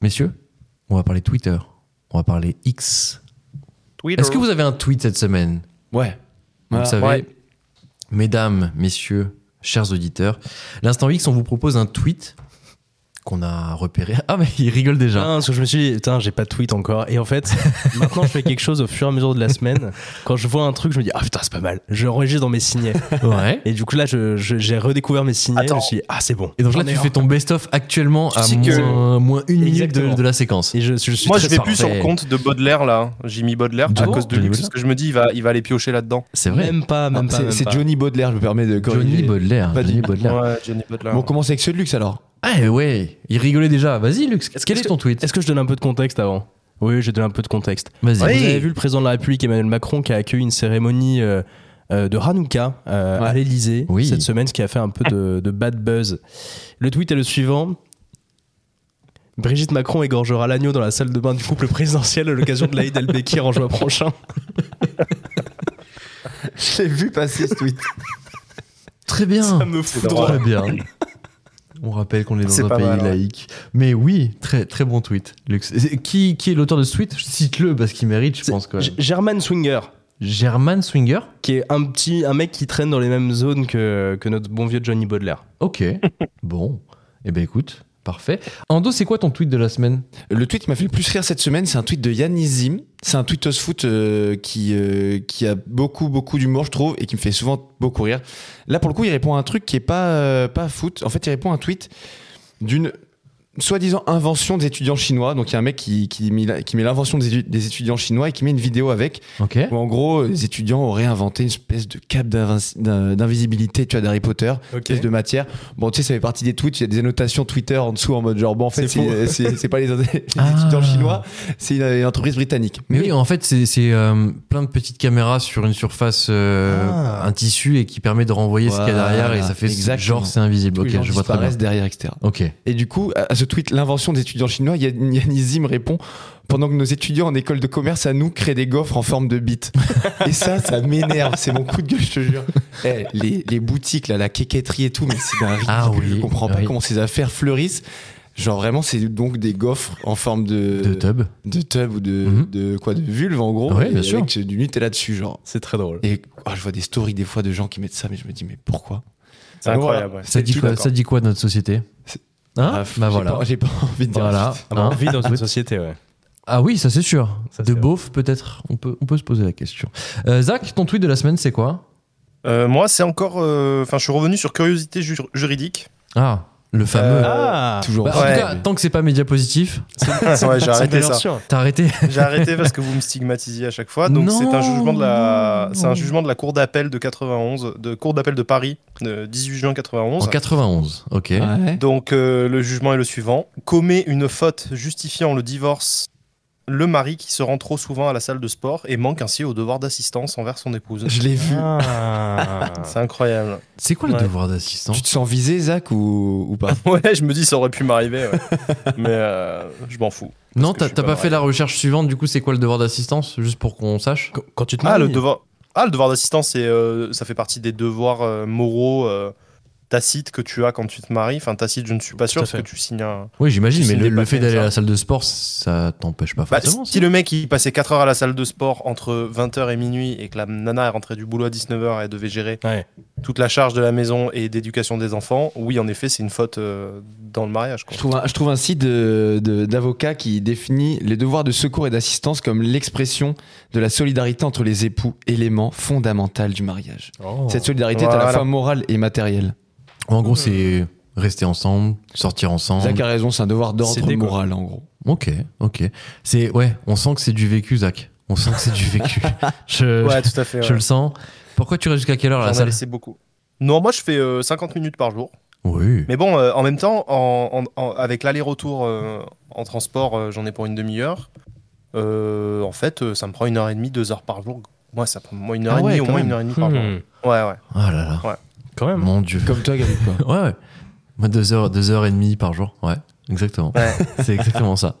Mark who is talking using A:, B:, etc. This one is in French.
A: Messieurs, on va parler Twitter. On va parler X.
B: Twitter.
A: Est-ce que vous avez un tweet cette semaine
C: Ouais. Ah,
A: Vous
C: Voilà.
A: le savez,
B: ouais.
A: mesdames, messieurs, chers auditeurs, l'instant X, on vous propose un tweet qu'on a repéré. Ah, mais il rigole déjà.
C: Putain, parce que je me suis dit, putain, j'ai pas de tweet encore. Et en fait, maintenant, je fais quelque chose au fur et à mesure de la semaine. Quand je vois un truc, je me dis, ah putain, c'est pas mal. Je enregistre dans mes signets.
A: Ouais.
C: Et du coup, là, je- je- j'ai redécouvert mes signets.
B: Attends.
C: Je me suis dit, ah, c'est bon.
A: Et donc
B: J'en
A: là,
B: ai
A: tu
B: un.
A: fais ton best-of actuellement
B: Tu
A: à
B: sais que-
A: moins, moins une minute de- de,
C: Exactement.
A: la séquence.
C: Et je, je suis
B: Moi,
C: très
B: je vais
C: fort.
B: plus sur le
A: parfait.
B: compte de Baudelaire, là. Jimmy Baudelaire,
A: Ah
B: à
A: bon
B: cause de
A: Johnny
B: Lux.
A: Baudelaire
B: Parce que je me dis, il va, il va aller piocher là-dedans.
A: C'est vrai.
C: Même pas, même
D: Non,
C: pas.
D: Ah, c'est-
C: même
D: C'est
C: pas.
D: Johnny Baudelaire, je me permets de corriger.
A: Johnny Baudelaire.
D: Pas du-
A: Johnny Baudelaire.
B: Ouais, Johnny Baudelaire.
D: Bon, on commence avec ceux de luxe alors.
A: Ah ouais, il rigolait déjà. Vas-y, Lux,
C: Est-ce-
A: quel est,
C: est-ce
A: ton tweet
C: Est-ce que je donne un peu de contexte avant Oui, je donne un peu de contexte.
A: Vas-y.
B: Oui.
C: Vous avez vu le président de la République Emmanuel Macron qui a accueilli une cérémonie euh, euh, de Hanouka euh,
D: Ouais.
C: à l'Elysée
A: Oui.
C: cette semaine, ce qui a fait un peu de, de bad buzz. Le tweet est le suivant. Brigitte Macron égorgera l'agneau dans la salle de bain du couple présidentiel à l'occasion de l'Aïd el-Bekir en juin prochain.
D: J'ai vu passer ce tweet.
A: Très bien.
C: Ça me fout
B: C'est
C: droit.
A: Très bien. On rappelle qu'on est dans
B: C'est
A: un
B: pas
A: pays
B: mal, ouais.
A: laïque. Mais oui, très très bon tweet, Lux. Et Qui, qui est l'auteur de ce tweet Cite-le parce qu'il mérite, je pense. Quand même.
C: G- German Swinger,
A: German Swinger
C: qui est un petit un mec qui traîne dans les mêmes zones que, que notre bon vieux Johnny Baudelaire.
A: Ok. bon. Eh ben écoute, parfait. Ando, c'est quoi ton tweet de la semaine
D: Le tweet qui m'a fait le plus rire cette semaine, c'est un tweet de Yannis Zim. C'est un tweetos foot euh, qui, euh, qui a beaucoup, beaucoup d'humour, je trouve, et qui me fait souvent beaucoup rire. Là, pour le coup, il répond à un truc qui est pas, euh, pas foot. En fait, il répond à un tweet d'une soi-disant invention des étudiants chinois. Donc, il y a un mec qui, qui, mit la- qui met l'invention des, étu- des étudiants chinois et qui met une vidéo avec.
A: Ok.
D: Où, en gros, les étudiants auraient inventé une espèce de cape d'invin- d'in- d'invisibilité, tu vois, d'Harry Potter pièce de matière. Bon, tu sais, ça fait partie des tweets. Il y a des annotations Twitter en dessous en mode genre, bon, en fait,
C: C'est
D: c'est- euh, c'est c'est pas les, les
A: Ah.
D: étudiants chinois, c'est une, une entreprise britannique.
A: Mais oui, en fait, c'est c'est, euh, plein de petites caméras sur une surface, euh,
C: Ah.
A: un tissu, et qui permet de renvoyer ce qu'il y a
D: Voilà,
A: derrière, et ça fait ce-
D: exactement.
A: genre c'est invisible.
D: tous les gens
A: Ok, je vois très bien.
D: disparaissent derrière, etc.
A: Ok.
D: Et du coup, à à ce tweet, l'invention des étudiants chinois, Yann- Yannisim répond Pendant que nos étudiants en école de commerce à nous créent des gaufres en forme de bite. et ça, ça m'énerve. C'est mon coup de gueule, je te jure. Eh, les, les boutiques, là, la quéquetterie et tout, mais c'est d'un ridicule.
A: Ah oui,
D: je comprends pas
A: oui.
D: comment ces affaires fleurissent. Genre vraiment, c'est donc des gaufres en forme
A: De tub.
D: de tub ou de,
A: Mhm.
D: de quoi de vulve en gros
A: Ouais,
D: et
A: bien sûr.
D: avec euh, du Nutella dessus genre
C: C'est très drôle.
D: et oh, je vois des stories des fois de gens qui mettent ça mais je me dis mais pourquoi Ah,
B: C'est incroyable. ouais.
A: Ça dit,
D: tout
A: quoi,
D: d'accord.
A: ça dit quoi de notre société
D: C'est-
A: Hein
D: Ah,
A: Bah
D: j'ai
A: voilà.
D: pas- j'ai pas envie de dire la
A: Voilà.
D: suite.
C: Ah bah,
A: hein.
C: on vit dans une société, ouais.
A: Ah oui, ça c'est sûr.
C: Ça,
A: de
C: c'est
A: beauf, peut-être. On peut, on peut se poser la question. Euh, Zach, ton tweet de la semaine, c'est quoi
B: Euh, moi, c'est encore. euh, Enfin, je suis revenu sur curiosité ju- juridique.
A: Ah, le fameux.
B: Euh,
C: Ah
D: toujours
A: Bah, en
B: ouais.
A: tout cas, tant que c'est pas média positif,
B: ouais, j'ai arrêté ça.
A: t'as arrêté.
B: J'ai arrêté parce que vous me stigmatisiez à chaque fois. Donc
A: Non,
B: c'est un jugement de la,
A: non,
B: c'est un
A: non.
B: jugement de la cour d'appel de 91, de cour d'appel de Paris, de 18 juin
A: En
B: 91.
A: 91, ok.
D: Ouais.
B: Donc euh, le jugement est le suivant commet une faute justifiant le divorce le mari qui se rend trop souvent à la salle de sport et manque ainsi au devoir d'assistance envers son épouse.
D: je l'ai vu
C: Ah.
B: C'est incroyable.
A: C'est quoi le
B: Ouais.
A: devoir d'assistance
D: tu te sens visé Zach ou, ou pas
B: Ouais, je me dis ça aurait pu m'arriver, ouais. mais euh, je m'en fous.
A: Non,
B: que
A: t'as
B: je suis
A: t'as
B: pas
A: pas fait
B: marié.
A: la recherche suivante, du coup, c'est quoi le devoir d'assistance Juste pour qu'on sache.
C: Qu- Quand tu te
B: Ah, le
C: maries.
B: devoir, ah, le devoir d'assistance, c'est, euh, ça fait partie des devoirs euh, moraux euh, tacites que tu as quand tu te maries. Enfin, tacite, je ne suis pas
C: Tout
B: sûr
C: à
B: parce que
C: fait.
B: tu signes un.
A: Oui, j'imagine,
B: Tu
A: mais
B: signes
A: le,
B: des
A: le fait
B: papiers,
A: d'aller à
B: ça.
A: la salle de sport, ça t'empêche pas
B: Bah,
A: forcément.
B: si
A: ça.
B: le mec il passait 4 heures à la salle de sport entre 20h et minuit et que la nana est rentrée du boulot à 19h et devait gérer
C: Ouais.
B: toute la charge de la maison et d'éducation des enfants, oui, en effet, c'est une faute euh, dans le mariage. Quoi.
D: je trouve, un, je trouve un site de- de- d'avocats qui définit les devoirs de secours et d'assistance comme l'expression de la solidarité entre les époux, élément fondamental du mariage.
C: Oh.
D: Cette solidarité est à la
B: Voilà.
D: fois morale et matérielle.
A: En
B: Hmm.
A: gros, c'est rester ensemble, sortir ensemble.
D: Zach a raison, c'est un devoir
C: C'est
D: d'ordre
C: dégueu.
D: moral en gros.
A: Ok, ok. C'est ouais, on sent que c'est du vécu, Zach. On sent que c'est du vécu. je,
B: Ouais, tout à fait.
A: je
B: ouais.
A: le sens. Pourquoi tu restes jusqu'à quelle heure à la
B: J'en ai
A: salle
B: laissé beaucoup. Non, moi je fais euh, 50 minutes par jour.
A: Oui.
B: Mais bon, euh, en même temps, en- en- en- avec l'aller-retour euh, en transport, euh, j'en ai pour une demi-heure. Euh, en fait, euh, ça me prend une heure et demie, deux heures par jour. Moi, ça prend moi une heure
D: Ah
B: et
D: ouais,
B: demie, au
D: quand
B: moins
D: même.
B: une heure et demie par jour.
C: Hmm.
B: Ouais, ouais.
A: Oh là là.
C: Quand même. hein.
A: Mon Dieu.
D: Comme toi, Gabi, quoi.
A: Ouais, ouais. Moi, deux heures, deux heures et demie par jour. Ouais, exactement.
B: Ouais.
A: C'est exactement ça.